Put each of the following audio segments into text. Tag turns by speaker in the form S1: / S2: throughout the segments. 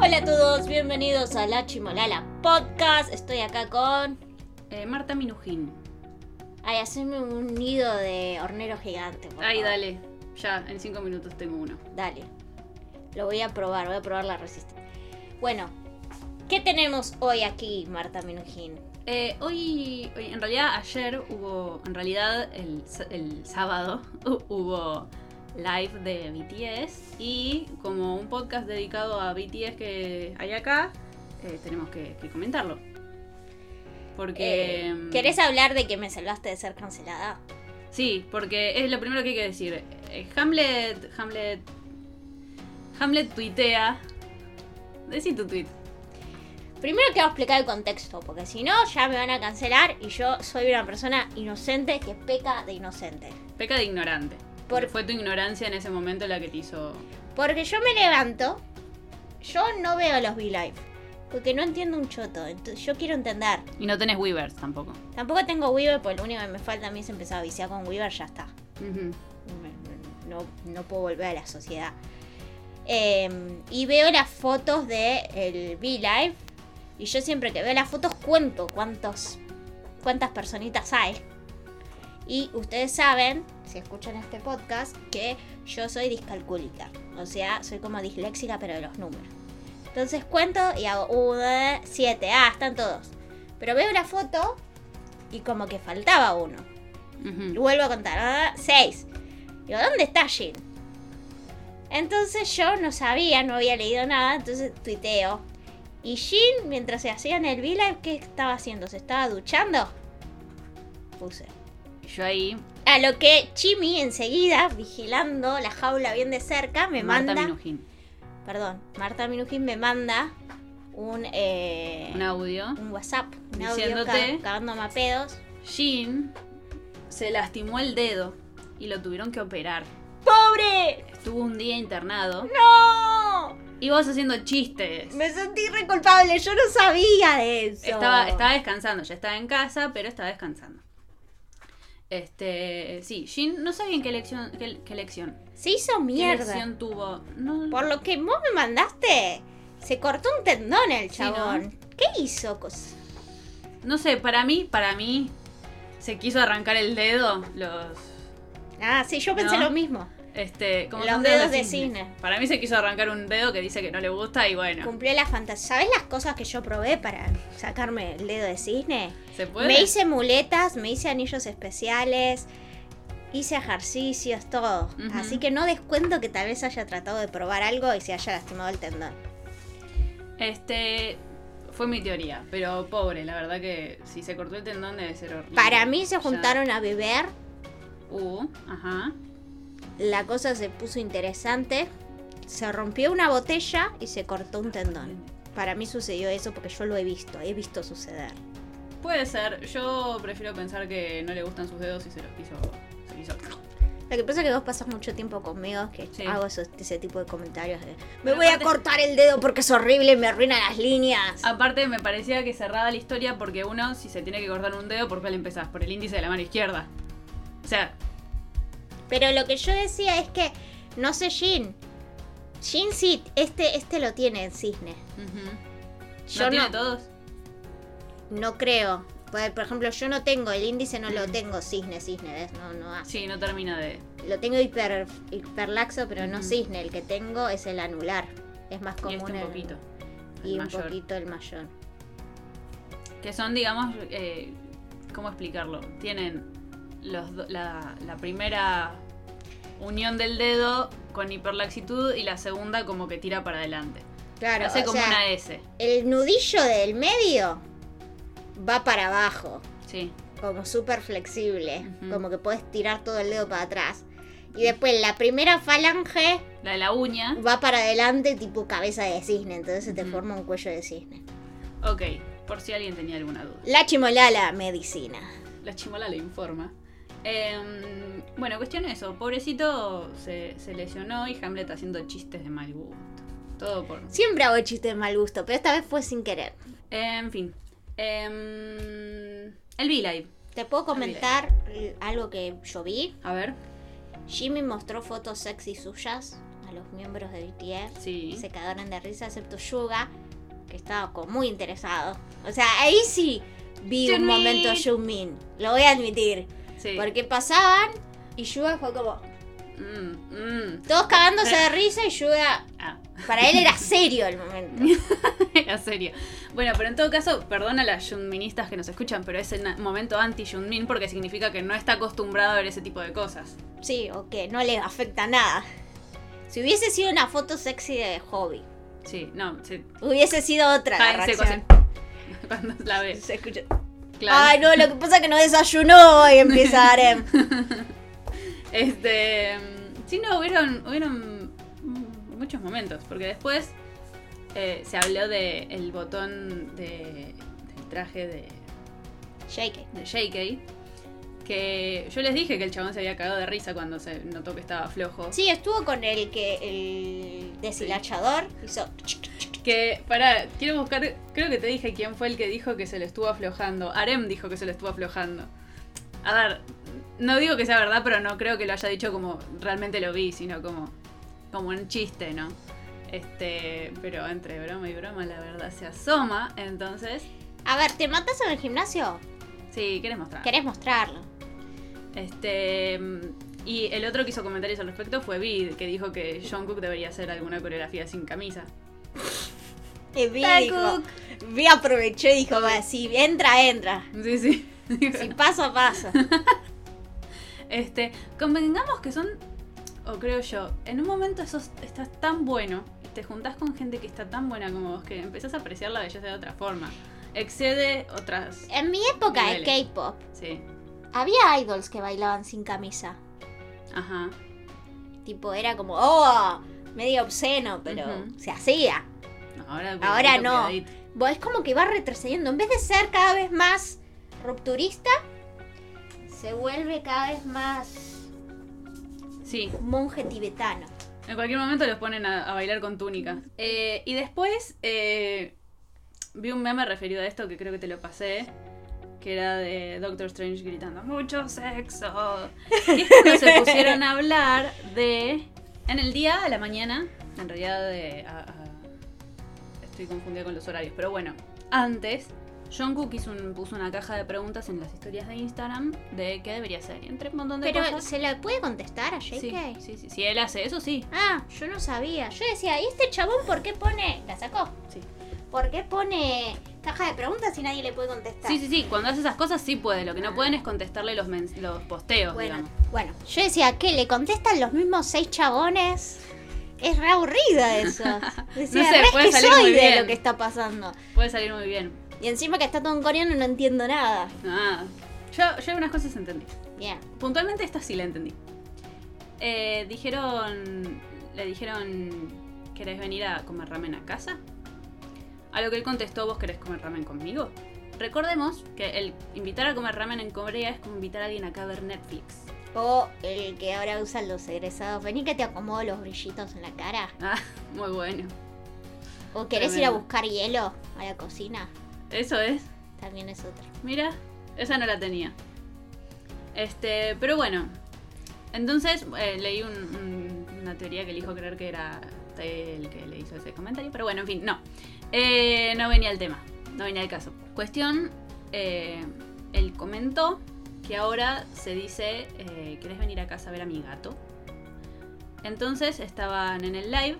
S1: Hola a todos, bienvenidos a La Chimolala Podcast. Estoy acá con.
S2: Eh, Marta Minujín.
S1: Ay, haceme un nido de hornero gigante. por
S2: Ay,
S1: favor.
S2: dale. Ya, en cinco minutos tengo uno.
S1: Dale. Lo voy a probar, voy a probar la resistencia. Bueno, ¿qué tenemos hoy aquí, Marta Minujín?
S2: Eh, hoy, hoy- en realidad ayer hubo, en realidad el, s- el sábado hu- hubo live de BTS y como un podcast dedicado a BTS que hay acá, eh, tenemos que, que comentarlo. Porque... mm,
S1: Eh, ¿Querés hablar de que me salvaste de ser cancelada?
S2: Sí, porque es lo primero que hay que decir. Eh, Hamlet, Hamlet, Hamlet tuitea. Decí tu tweet.
S1: Primero quiero explicar el contexto, porque si no, ya me van a cancelar y yo soy una persona inocente que peca de inocente.
S2: Peca de ignorante. Porque
S1: Por-
S2: fue tu ignorancia en ese momento la que te hizo.
S1: Porque yo me levanto, yo no veo los V-Live, porque no entiendo un choto, entonces yo quiero entender.
S2: Y no tenés Weavers tampoco.
S1: Tampoco tengo Weaver, porque lo único que me falta a mí es empezar a viciar con Weaver, ya está.
S2: Ujú.
S1: Me- No, no puedo volver a la sociedad. Eh, y veo las fotos de el V-Live, y yo siempre que veo las fotos cuento cuántos, cuántas personitas hay. Y ustedes saben, si escuchan este podcast, que yo soy discalcúlica. O sea, soy como disléxica, pero de los números. Entonces cuento y hago 1, 7, ah, están todos. Pero veo la foto y como que faltaba uno. Y
S2: Ujú.
S1: vuelvo a contar, ah, 6. Digo, ¿dónde está Jin? Entonces yo no sabía, no había leído nada, entonces tuiteo. Y Jin, mientras se hacía en el V-Live, ¿qué estaba haciendo? ¿Se estaba duchando? Puse.
S2: Yo ahí.
S1: A lo que Chimi enseguida, vigilando la jaula bien de cerca, me
S2: Marta
S1: manda.
S2: Minujín.
S1: Perdón, Marta Minujín me manda un, eh,
S2: Un audio.
S1: un WhatsApp, un audio
S2: Diciéndote-
S1: ca- cagándome a pedos.
S2: Jin se lastimó el dedo y lo tuvieron que operar.
S1: ¡Pobre!
S2: Estuvo un día internado.
S1: ¡No!
S2: Y vos haciendo chistes.
S1: Me sentí re culpable, yo no sabía de eso.
S2: Estaba, estaba descansando, ya estaba en casa, pero estaba descansando. Este, sí, Jin, no sé bien qué lección, qué, qué lección,
S1: Se hizo
S2: qué
S1: mierda.
S2: lección tuvo. No,
S1: Por lo que vos me mandaste, se cortó un tendón el
S2: Sí, ¿no?
S1: chabón. ¿Qué hizo? cos-
S2: no sé, para mí, para mí, se quiso arrancar el dedo, los,
S1: Ah, sí, yo pensé
S2: ¿No?
S1: lo mismo.
S2: este, como
S1: Los
S2: son
S1: dedos de cisne.
S2: Para mí se quiso arrancar un dedo que dice que no le gusta y bueno,
S1: Cumplió la fantasía. ¿Sabés las cosas que yo probé para sacarme el dedo de cisne?
S2: se puede.
S1: Me hice muletas, me hice anillos especiales, hice ejercicios, todo.
S2: Ujú.
S1: Así que no descuento que tal vez haya tratado de probar algo y se haya lastimado el tendón.
S2: Este, fue mi teoría, pero pobre, la verdad que si se cortó el tendón debe ser horrible.
S1: Para mí se
S2: Ya.
S1: juntaron a beber,
S2: Uh, ajá.
S1: la cosa se puso interesante, se rompió una botella y se cortó un tendón. Para mí sucedió eso porque yo lo he visto, he visto suceder.
S2: Puede ser, yo prefiero pensar que no le gustan sus dedos y se los quiso. Se quiso.
S1: Lo que pasa es que vos pasas mucho tiempo conmigo que
S2: Sí.
S1: hago esos- ese tipo de comentarios de, me
S2: Pero
S1: voy a
S2: aparte- Ah.
S1: cortar el dedo porque es horrible y me arruina las líneas.
S2: Aparte, me parecía que cerraba la historia porque uno, si se tiene que cortar un dedo, ¿por cuál empezás? Por el índice de la mano izquierda. O sea,
S1: Pero lo que yo decía es que, no sé, Jin. Jin sí, este, este lo tiene en cisne.
S2: ujú.
S1: Yo
S2: ¿no
S1: no,
S2: tiene todos?
S1: no creo. Por por ejemplo, yo no tengo, el índice no lo
S2: Mm.
S1: tengo cisne, cisne, ¿ves? No, no hace.
S2: Sí, no termina de.
S1: Lo tengo hiper, hiperlaxo, pero no
S2: Ujú.
S1: cisne. El que tengo es el anular. Es más
S2: Y
S1: común
S2: este un
S1: el-
S2: poquito.
S1: y
S2: el
S1: un
S2: mayor.
S1: poquito el mayor.
S2: Que son, digamos, eh, ¿cómo explicarlo? Tienen los do- la, la primera unión del dedo con hiperlaxitud y la segunda como que tira para adelante.
S1: Claro,
S2: Hace
S1: o
S2: como
S1: sea,
S2: una S.
S1: el nudillo del medio va para abajo,
S2: Sí.
S1: como súper flexible,
S2: Ujú.
S1: como que puedes tirar todo el dedo para atrás. Y después la primera falange
S2: La de la uña.
S1: va para adelante tipo cabeza de cisne, entonces se te
S2: Ujú.
S1: forma un cuello de cisne.
S2: Ok, por si alguien tenía alguna duda.
S1: La chimolala, medicina.
S2: La chimola le informa. Em, bueno, cuestión es eso. Pobrecito se, se lesionó y Hamlet haciendo chistes de mal gusto. Todo por...
S1: Siempre hago chistes de mal gusto, pero esta vez fue sin querer.
S2: En fin. Em, el V-Live.
S1: Te puedo
S2: mira.
S1: comentar eh, algo que yo vi.
S2: A ver.
S1: Jimmy mostró fotos sexy suyas a los miembros de BTS.
S2: Sí.
S1: Se cagaron de risa, excepto Yuga, que estaba como muy interesado. O sea, ahí sí vi un
S2: Jimin.
S1: momento Yumin, lo voy a admitir.
S2: Sí.
S1: Porque pasaban y Yuga fue como,
S2: Mm, mm.
S1: todos cagándose de risa y Yuga,
S2: Ah,
S1: para él era serio el momento.
S2: era serio. Bueno, pero en todo caso, perdona a las Junministas que nos escuchan, pero es el na- momento anti-Junmin porque significa que no está acostumbrado a ver ese tipo de cosas.
S1: Sí, o que no le afecta nada. Si hubiese sido una foto sexy de hobby,
S2: Sí, no, se
S1: hubiese sido otra la
S2: caen secos
S1: reacción.
S2: en- cuando la ves.
S1: Se escucha,
S2: Claro.
S1: Ay, no, lo que pasa es que no desayunó y empieza em. Arem.
S2: Este. mm, Sí, no, hubieron, hubieron mm, muchos momentos, porque después eh, se habló del el botón de, del traje de,
S1: Shake.
S2: de JK. Que yo les dije que el chabón se había cagado de risa cuando se notó que estaba flojo.
S1: Sí, estuvo con el que el deshilachador hizo.
S2: Que, pará, quiero buscar. Creo que te dije quién fue el que dijo que se lo estuvo aflojando. Arem dijo que se lo estuvo aflojando. A ver, no digo que sea verdad, pero no creo que lo haya dicho como realmente lo vi, sino como, como un chiste, ¿no? Este, pero entre broma y broma, la verdad se asoma. Entonces,
S1: A ver, ¿te matas en el gimnasio?
S2: sí, ¿quieres mostrar?
S1: ¿Querés mostrarlo?
S2: Este. mm, Y el otro que hizo comentarios al respecto fue Vid, que dijo que Jungkook debería hacer alguna coreografía sin camisa.
S1: Y vi,
S2: Taekook.
S1: dijo- vi aprovechó y dijo, "Va, si entra, entra.
S2: Sí, sí.
S1: Si pasa, pasa.
S2: Este, convengamos que son, o creo yo, en un momento sos, estás tan bueno, te juntás con gente que está tan buena como vos, que empezás a apreciar la belleza de otra forma. Excede otras.
S1: En mi época de
S2: Niveles.
S1: K-pop,
S2: Sí,
S1: había idols que bailaban sin camisa.
S2: ajá.
S1: Tipo, era como, oh, medio obsceno, pero
S2: Ujú.
S1: se hacía.
S2: No, ahora
S1: Ahora
S2: cuidadito,
S1: no.
S2: cuidadito.
S1: Bueno, es como que va retrocediendo. En vez de ser cada vez más rupturista, se vuelve cada vez más
S2: Sí,
S1: monje tibetano.
S2: en cualquier momento los ponen a, a bailar con túnica. Eh, y después eh, vi un meme referido a esto que creo que te lo pasé. Que era de Doctor Strange gritando mucho sexo. Y es cuando se pusieron a hablar de. En el día, a la mañana. En realidad, de, a- a- estoy confundida con los horarios. Pero bueno, antes, John Cook hizo un- puso una caja de preguntas en las historias de Instagram de qué debería ser. Y entre un montón de
S1: Pero
S2: cosas.
S1: se la puede contestar a JK.
S2: Sí, sí, sí. Si él hace eso, sí.
S1: Ah, yo no sabía. Yo decía, ¿y este chabón por qué pone... La sacó.
S2: Sí.
S1: ¿Por qué pone caja de preguntas si nadie le puede contestar?
S2: Sí, sí, sí, cuando hace esas cosas sí puede, lo que no
S1: Ah.
S2: pueden es contestarle los, mens- los posteos,
S1: Bueno,
S2: digamos.
S1: bueno, yo decía, ¿qué? ¿Le contestan los mismos seis chabones? Es re aburrida eso. Decía,
S2: sé,
S1: "Re es
S2: puede
S1: que
S2: salir
S1: soy
S2: muy
S1: de
S2: bien".
S1: lo que está pasando.
S2: Puede salir muy bien.
S1: Y encima que está todo en coreano no entiendo nada.
S2: Ah, yo, yo algunas cosas entendí.
S1: Bien.
S2: Puntualmente esta sí la entendí. Eh, dijeron, le dijeron, ¿querés venir a comer ramen a casa? A lo que él contestó, ¿vos querés comer ramen conmigo? Recordemos que el invitar a comer ramen en Corea es como invitar a alguien acá a ver Netflix.
S1: O el que ahora usan los egresados. Vení que te acomodo los brillitos en la cara.
S2: Ah, muy bueno.
S1: O querés ir
S2: Tremendo.
S1: a buscar hielo a la cocina.
S2: Eso es.
S1: También es otra.
S2: Mira, esa no la tenía. Este, pero bueno. Entonces eh, leí un- un- una teoría que elijo creer que era el que le hizo ese comentario. Pero bueno, en fin, no. Eh, no venía el tema, no venía el caso. Cuestión, eh, él comentó que ahora se dice, eh, ¿querés venir a casa a ver a mi gato? Entonces estaban en el live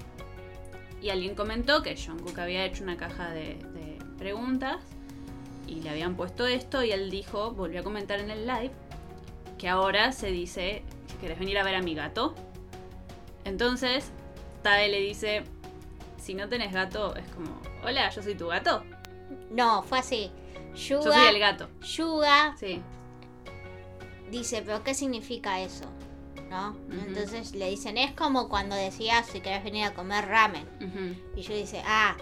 S2: y alguien comentó que Jungkook había hecho una caja de- de preguntas y le habían puesto esto y él dijo, volvió a comentar en el live, que ahora se dice, si querés venir a ver a mi gato. Entonces, Tae le dice, si no tenés gato, es como, hola, yo soy tu gato.
S1: No, fue así.
S2: Yo soy
S1: Yuga,
S2: el gato.
S1: Yuga
S2: Sí.
S1: dice, pero ¿qué significa eso? ¿No?
S2: Ujú.
S1: Entonces le dicen, es como cuando decías si querés venir a comer ramen.
S2: Ujú.
S1: Y yo dice, ah,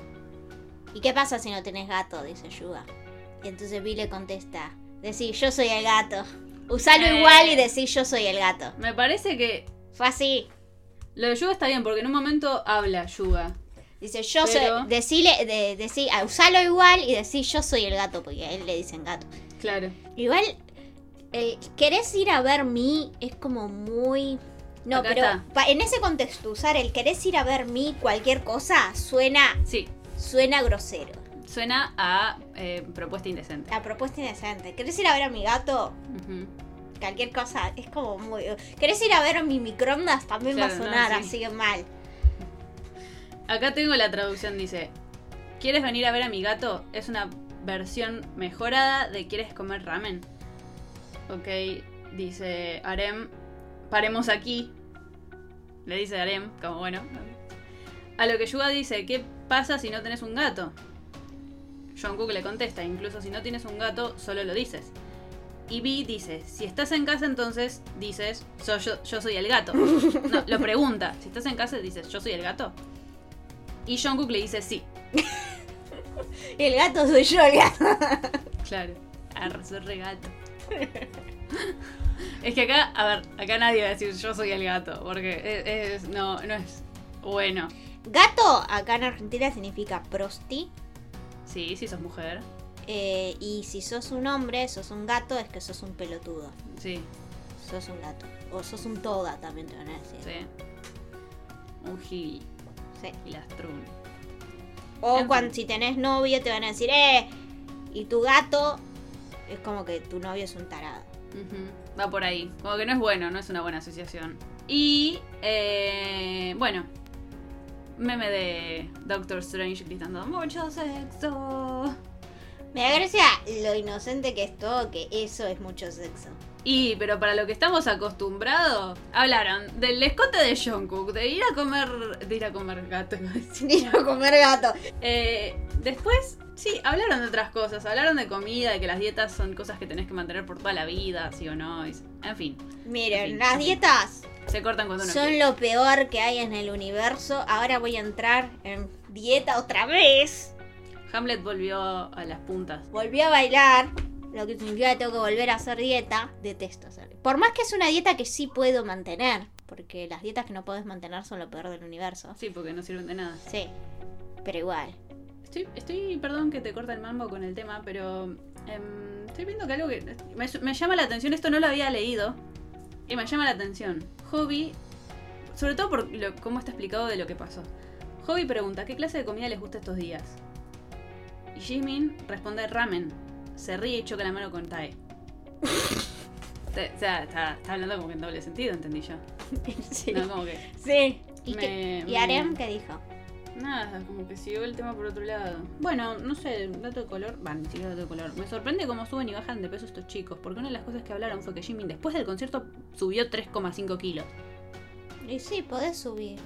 S1: ¿y qué pasa si no tenés gato? Dice Yuga. Y entonces Vi le contesta, decí, yo soy el gato. Usalo
S2: Eh.
S1: igual y decí, yo soy el gato.
S2: Me parece que
S1: Fue así.
S2: lo de Yuga está bien, porque en un momento habla Yuga.
S1: Dice, yo
S2: Pero-
S1: soy, decile, de, decí, ah, usalo igual y decí, yo soy el gato, porque a él le dicen gato.
S2: Claro.
S1: Igual, el querés ir a ver mí es como muy No,
S2: Acá
S1: pero
S2: está.
S1: pa- en ese contexto usar el querés ir a ver mi cualquier cosa suena,
S2: Sí,
S1: suena grosero.
S2: suena a eh, propuesta indecente.
S1: La propuesta indecente. ¿Querés ir a ver a mi gato?
S2: Ujú.
S1: Cualquier cosa. Es como muy... ¿Querés ir a ver a mi microondas? También va a
S2: Claro, no,
S1: sonar
S2: sí.
S1: así que mal.
S2: Acá tengo la traducción, dice, ¿quieres venir a ver a mi gato? Es una versión mejorada de ¿quieres comer ramen? Ok, dice Arem, paremos aquí. Le dice Arem, como bueno. A lo que Yuga dice, ¿qué pasa si no tenés un gato? Jungkook le contesta, incluso si no tienes un gato, solo lo dices. Y Vi dice, si estás en casa entonces dices, soy yo, yo soy el gato. No, lo pregunta, si estás en casa dices, yo soy el gato. Y Jungkook le dice sí.
S1: El gato soy yo, el gato.
S2: Claro. Arrasó re gato. es que acá, a ver, acá nadie va a decir yo soy el gato, porque es, es- no, no es bueno.
S1: Gato acá en Argentina significa prosti.
S2: Sí, sí sos mujer.
S1: eh, y si sos un hombre, sos un gato, es que sos un pelotudo.
S2: Sí,
S1: Sos un gato. O sos un toda, también te van a decir.
S2: sí. Un gil
S1: Sí.
S2: y
S1: O
S2: En
S1: cuando
S2: fin.
S1: si tenés novio te van a decir, eh, y tu gato es como que tu novio es un tarado.
S2: Ujú, Va por ahí. Como que no es bueno, no es una buena asociación. Y, eh, bueno, meme de Doctor Strange gritando mucho sexo.
S1: Me da gracia lo inocente que es todo, que eso es mucho sexo.
S2: Y, pero para lo que estamos acostumbrados, hablaron del escote de Jungkook, de ir a comer. de ir a comer gato, iba a decir.
S1: Ni no comer gato.
S2: Eh, después, sí, hablaron de otras cosas, hablaron de comida, de que las dietas son cosas que tenés que mantener por toda la vida, sí o no. y- en fin,
S1: Miren,
S2: Sí,
S1: las
S2: sí.
S1: dietas
S2: se cortan cuando uno
S1: son
S2: quiere.
S1: lo peor que hay en el universo. Ahora voy a entrar en dieta otra vez.
S2: Hamlet volvió a las puntas.
S1: Volví a bailar, lo que significa que tengo que volver a hacer dieta. Detesto hacer. Por más que es una dieta que sí puedo mantener, porque las dietas que no puedes mantener son lo peor del universo.
S2: Sí, porque no sirven de nada.
S1: Sí, pero igual.
S2: Estoy, estoy perdón que te corta el mambo con el tema, pero em, estoy viendo que algo que me, me llama la atención, esto no lo había leído, y me llama la atención. Hobby, sobre todo por lo- cómo está explicado de lo que pasó. Hobby pregunta, ¿qué clase de comida les gusta estos días? Y Jimin responde ramen, se ríe y choca la mano con Tae. Te- o sea, está, está hablando como que en doble sentido, entendí yo.
S1: Sí.
S2: No, como que...
S1: Sí. ¿Y,
S2: Me-
S1: qué- ¿Y Arem qué dijo?
S2: Nada, como que siguió el tema por otro lado. Bueno, no sé, dato de color. Van, ni siquiera dato de color. Me sorprende cómo suben y bajan de peso estos chicos, porque una de las cosas que hablaron fue que Jimin después del concierto subió 3,5 kilos.
S1: Y sí, podés subir.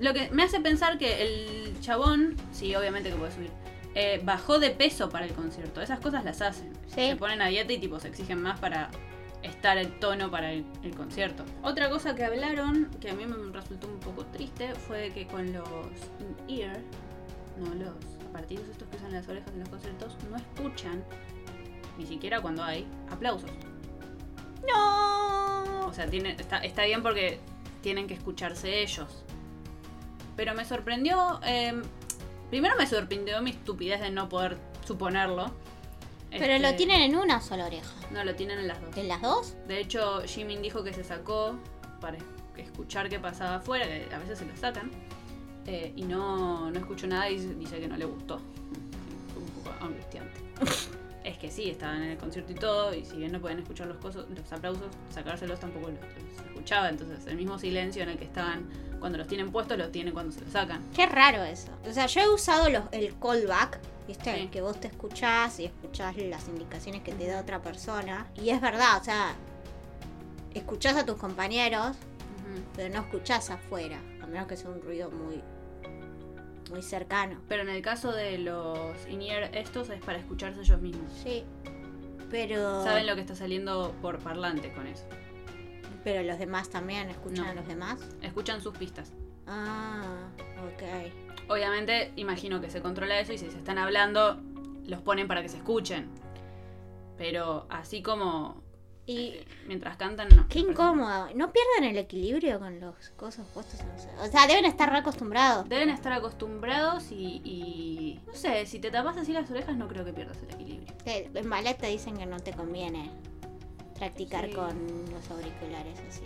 S2: Lo que me hace pensar que el chabón, sí, obviamente que puede subir, eh, bajó de peso para el concierto. Esas cosas las hacen.
S1: Sí.
S2: Se ponen a dieta y tipo se exigen más para estar el tono para el, el concierto. Otra cosa que hablaron, que a mí me resultó un poco triste, fue que con los in-ear, no los partidos estos que usan las orejas en los conciertos, no escuchan, ni siquiera cuando hay, aplausos.
S1: No.
S2: O sea, tiene, está, está bien porque tienen que escucharse ellos. Pero me sorprendió. eh, primero me sorprendió mi estupidez de no poder suponerlo.
S1: Pero
S2: Este,
S1: lo tienen en una sola oreja.
S2: No, lo tienen en las dos.
S1: ¿En las dos?
S2: De hecho, Jimin dijo que se sacó para escuchar qué pasaba afuera, que a veces se lo sacan. eh, y no, no escuchó nada y dice que no le gustó. Fue un poco angustiante. es que sí, estaban en el concierto y todo, y si bien no podían escuchar los, cosos- los aplausos, sacárselos tampoco los, los escuchaba. Entonces, el mismo silencio en el que estaban cuando los tienen puestos, los tienen cuando se los sacan.
S1: Qué raro eso. O sea, yo he usado los, el callback, ¿viste?
S2: Sí.
S1: El que vos te escuchás y escuchás las indicaciones que te da otra persona. Y es verdad, o sea, escuchás a tus compañeros, pero no escuchás afuera. A menos que sea un ruido muy, muy cercano.
S2: Pero en el caso de los in estos es para escucharse ellos mismos.
S1: Sí. Pero.
S2: Saben lo que está saliendo por parlante con eso.
S1: Pero los demás también escuchan
S2: No.
S1: a los demás.
S2: Escuchan sus pistas.
S1: Ah, ok.
S2: Obviamente, imagino que se controla eso y si se están hablando, los ponen para que se escuchen. Pero así como
S1: Y
S2: mientras cantan, no.
S1: qué
S2: Me parece-
S1: incómodo. ¿No pierden el equilibrio con los cosas puestos en los- O sea, deben estar re acostumbrados.
S2: Deben estar acostumbrados y, y- No sé, si te tapas así las orejas, no creo que pierdas el equilibrio.
S1: Te- En ballet te dicen que no te conviene practicar
S2: Sí.
S1: con los auriculares así.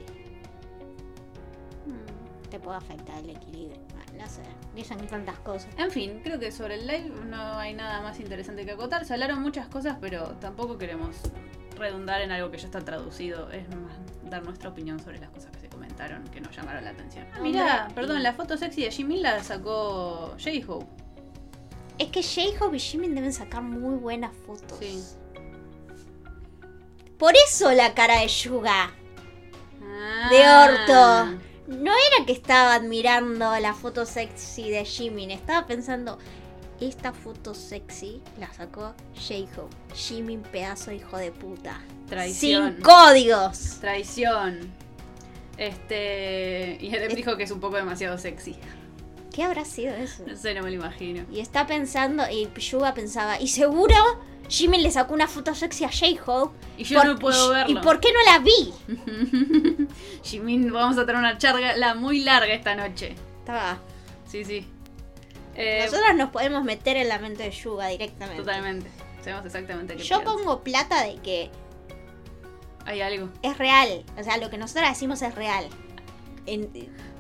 S1: te puede afectar el equilibrio. Bueno, no sé, dicen tantas cosas.
S2: En fin, creo que sobre el live no hay nada más interesante que acotar. Se hablaron muchas cosas, pero tampoco queremos redundar en algo que ya está traducido. Es más dar nuestra opinión sobre las cosas que se comentaron, que nos llamaron la atención. Ah, mirá,
S1: Hombre,
S2: perdón,
S1: y-
S2: la foto sexy de Jimin la sacó J-Hope.
S1: Es que J-Hope y Jimin deben sacar muy buenas fotos.
S2: Sí.
S1: Por eso la cara de Yuga.
S2: Ah.
S1: orto. No era que estaba admirando la foto sexy de Jimin, estaba pensando, esta foto sexy la sacó J-Hope. Jimin, pedazo de hijo de puta.
S2: Traición.
S1: Sin códigos.
S2: Traición. Este. Y él dijo que es un poco demasiado sexy.
S1: ¿Qué habrá sido eso?
S2: No sé, no me lo imagino.
S1: Y está pensando, y Yuga pensaba, y seguro Jimin le sacó una foto sexy a J-Hope.
S2: Y yo
S1: Por-
S2: no puedo verlo.
S1: ¿Y por qué no la vi?
S2: Jimin, vamos a tener una charla la muy larga esta noche.
S1: Estaba-
S2: Sí, sí. Eh,
S1: Nosotros nos podemos meter en la mente de Yuga directamente.
S2: totalmente. Sabemos exactamente qué
S1: Yo
S2: piensa.
S1: pongo plata de que
S2: Hay algo.
S1: es real. O sea, lo que nosotras decimos es real. En,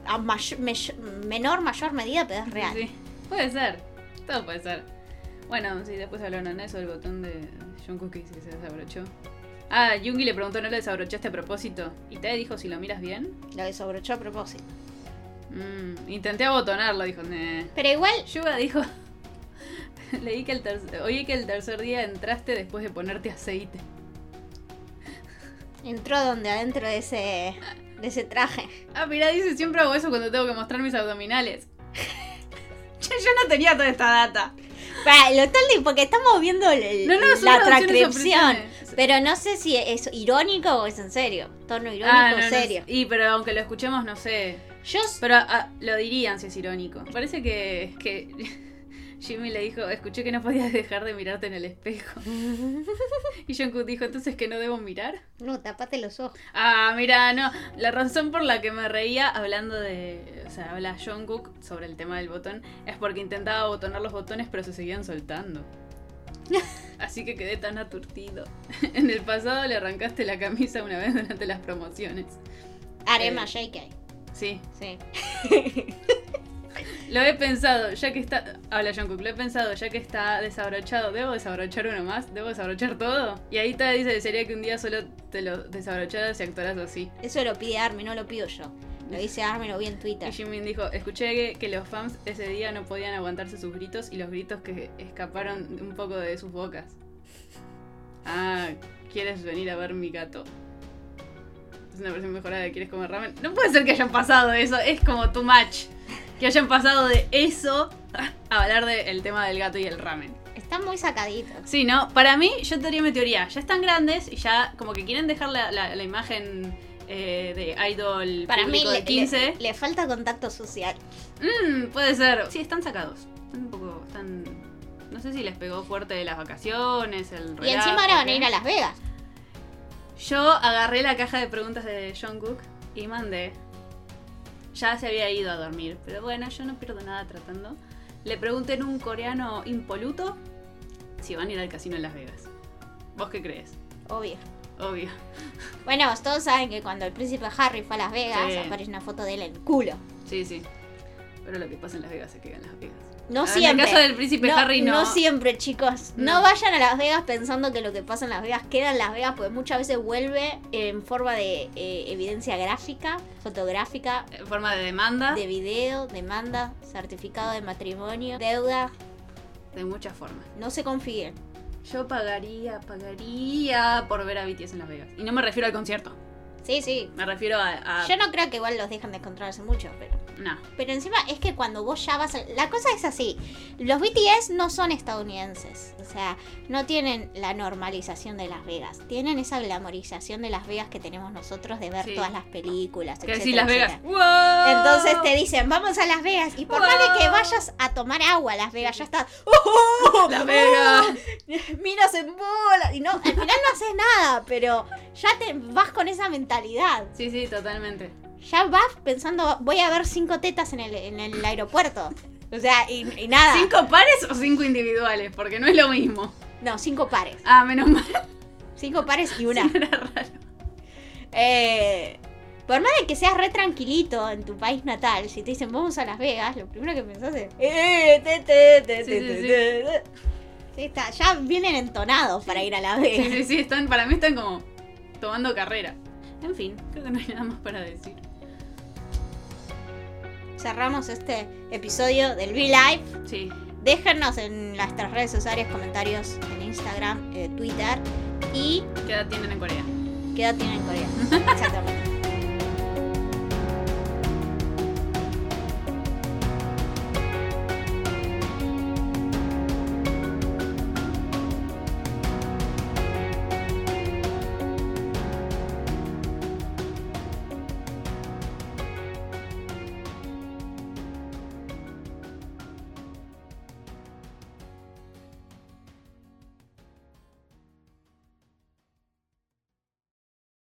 S1: a mayor- me- menor, mayor medida, pero es real.
S2: Sí. Puede ser. Todo puede ser. Bueno, sí, después hablaron de eso, el botón de Jungkook que dice que se desabrochó. Ah, Jungi le preguntó, ¿no lo desabrochaste a propósito? Y Tae dijo, si lo miras bien.
S1: Lo desobrochó a propósito.
S2: Mm, intenté abotonarlo, dijo, "Neh".
S1: Pero igual,
S2: Yuga dijo. Leí que el tercer, oí que el tercer día entraste después de ponerte aceite.
S1: entró donde adentro de ese, de ese traje.
S2: Ah, mirá, dice, siempre hago eso cuando tengo que mostrar mis abdominales. Che, yo no tenía toda esta data.
S1: Pa, lo tal de- porque estamos viendo el- el-
S2: No, no, son
S1: la
S2: traducciones
S1: transcripción.
S2: opresiones.
S1: Pero no sé si es irónico o es en serio. Tono irónico
S2: Ah,
S1: o
S2: no, no,
S1: serio.
S2: Y pero aunque lo escuchemos, no sé.
S1: Yo
S2: Pero ah, lo dirían si es irónico. Parece que, que Jimmy le dijo, escuché que no podías dejar de mirarte en el espejo. Y Jungkook dijo, entonces que no debo mirar.
S1: No, tapate los ojos.
S2: Ah, mira, no. La razón por la que me reía hablando de. O sea, habla Jungkook sobre el tema del botón. Es porque intentaba botonar los botones, pero se seguían soltando. Así que quedé tan aturdido. En el pasado le arrancaste la camisa una vez durante las promociones.
S1: Arema
S2: Eh.
S1: JK.
S2: Sí,
S1: Sí.
S2: lo he pensado, ya que está. Habla Jungkook, lo he pensado, ya que está desabrochado. ¿Debo desabrochar uno más? ¿Debo desabrochar todo? Y ahí te dice: sería que un día solo te lo desabrocharas y actuaras así.
S1: Eso lo pide Armin, no lo pido yo. Lo dice Armin, lo vi en
S2: Y
S1: Twitter.
S2: Jimin dijo, escuché que, que los fans ese día no podían aguantarse sus gritos y los gritos que escaparon un poco de sus bocas. Ah, ¿quieres venir a ver mi gato? Es una versión mejorada de ¿quieres comer ramen? No puede ser que hayan pasado eso, es como too much. Que hayan pasado de eso a hablar del tema del gato y el ramen.
S1: Están muy sacaditos.
S2: Sí, no, para mí, yo tendría mi teoría. Ya están grandes y ya como que quieren dejar la, la- la imagen eh, de idol
S1: Para mí
S2: público
S1: le,
S2: de 15.
S1: le- le falta contacto social.
S2: Mm, puede ser. Sí, están sacados. Están un poco. Están. No sé si les pegó fuerte de las vacaciones, el
S1: y
S2: relajo,
S1: encima ahora van a
S2: ¿qué?
S1: ir a Las Vegas.
S2: Yo agarré la caja de preguntas de John Cook y mandé. Ya se había ido a dormir, pero bueno, yo no pierdo nada tratando. Le pregunté en un coreano impoluto si van a ir al casino en Las Vegas. ¿Vos qué crees?
S1: Obvio.
S2: Obvio.
S1: Bueno, vos todos saben que cuando el príncipe Harry fue a Las Vegas
S2: Sí.
S1: aparece una foto de él en culo.
S2: Sí, sí. Pero lo que pasa en Las Vegas se queda en Las Vegas.
S1: No
S2: Ah, En
S1: siempre.
S2: el caso del príncipe
S1: no,
S2: Harry no.
S1: no siempre, chicos. No.
S2: No.
S1: vayan a Las Vegas pensando que lo que pasa en Las Vegas queda en Las Vegas, porque muchas veces vuelve en forma de eh, evidencia gráfica, fotográfica,
S2: En forma de demanda,
S1: de video, demanda, certificado de matrimonio, deuda.
S2: de muchas formas.
S1: No se confíen.
S2: Yo pagaría, pagaría por ver a BTS en Las Vegas. Y no me refiero al concierto,
S1: Sí, sí.
S2: me refiero a... a-
S1: Yo no creo que igual los dejan de controlarse mucho, pero.
S2: No.
S1: Pero encima es que cuando vos ya vas... a- La cosa es así. Los BTS no son estadounidenses. O sea, no tienen la normalización de Las Vegas. Tienen esa glamorización de Las Vegas que tenemos nosotros de ver
S2: Sí.
S1: todas las películas.
S2: Que decís
S1: etcétera,
S2: Las Vegas.
S1: etcétera.
S2: ¡Wow!
S1: Entonces te dicen, vamos a Las Vegas. Y por más de que
S2: Wow.
S1: vayas a tomar agua a Las Vegas, ya estás...
S2: Las Vegas.
S1: Miras en bola. Y no, al final no haces nada, pero ya te vas con esa mentalidad.
S2: Sí, sí, totalmente.
S1: Ya vas pensando, voy a ver cinco tetas en el, en el aeropuerto. O sea, y, y nada.
S2: ¿Cinco pares o cinco individuales? Porque no es lo mismo.
S1: No, cinco pares.
S2: Ah, menos mal.
S1: Cinco pares y una.
S2: Era raro.
S1: Eh, Por más de que seas re tranquilito en tu país natal, si te dicen vamos a Las Vegas, lo primero que pensás es. "Eh, te, te, te,
S2: Sí,
S1: te,
S2: sí,
S1: te,
S2: sí.
S1: te, te". Sí, está, ya vienen entonados para ir a Las Vegas.
S2: Sí, sí, sí, están, para mí están como tomando carrera. En fin, creo que no hay nada más para decir.
S1: Cerramos este episodio del Be Live.
S2: Sí,
S1: Déjenos en nuestras redes sociales comentarios en Instagram, eh, Twitter y
S2: ¿qué edad tienen en Corea?
S1: qué edad tienen en Corea. Exactamente.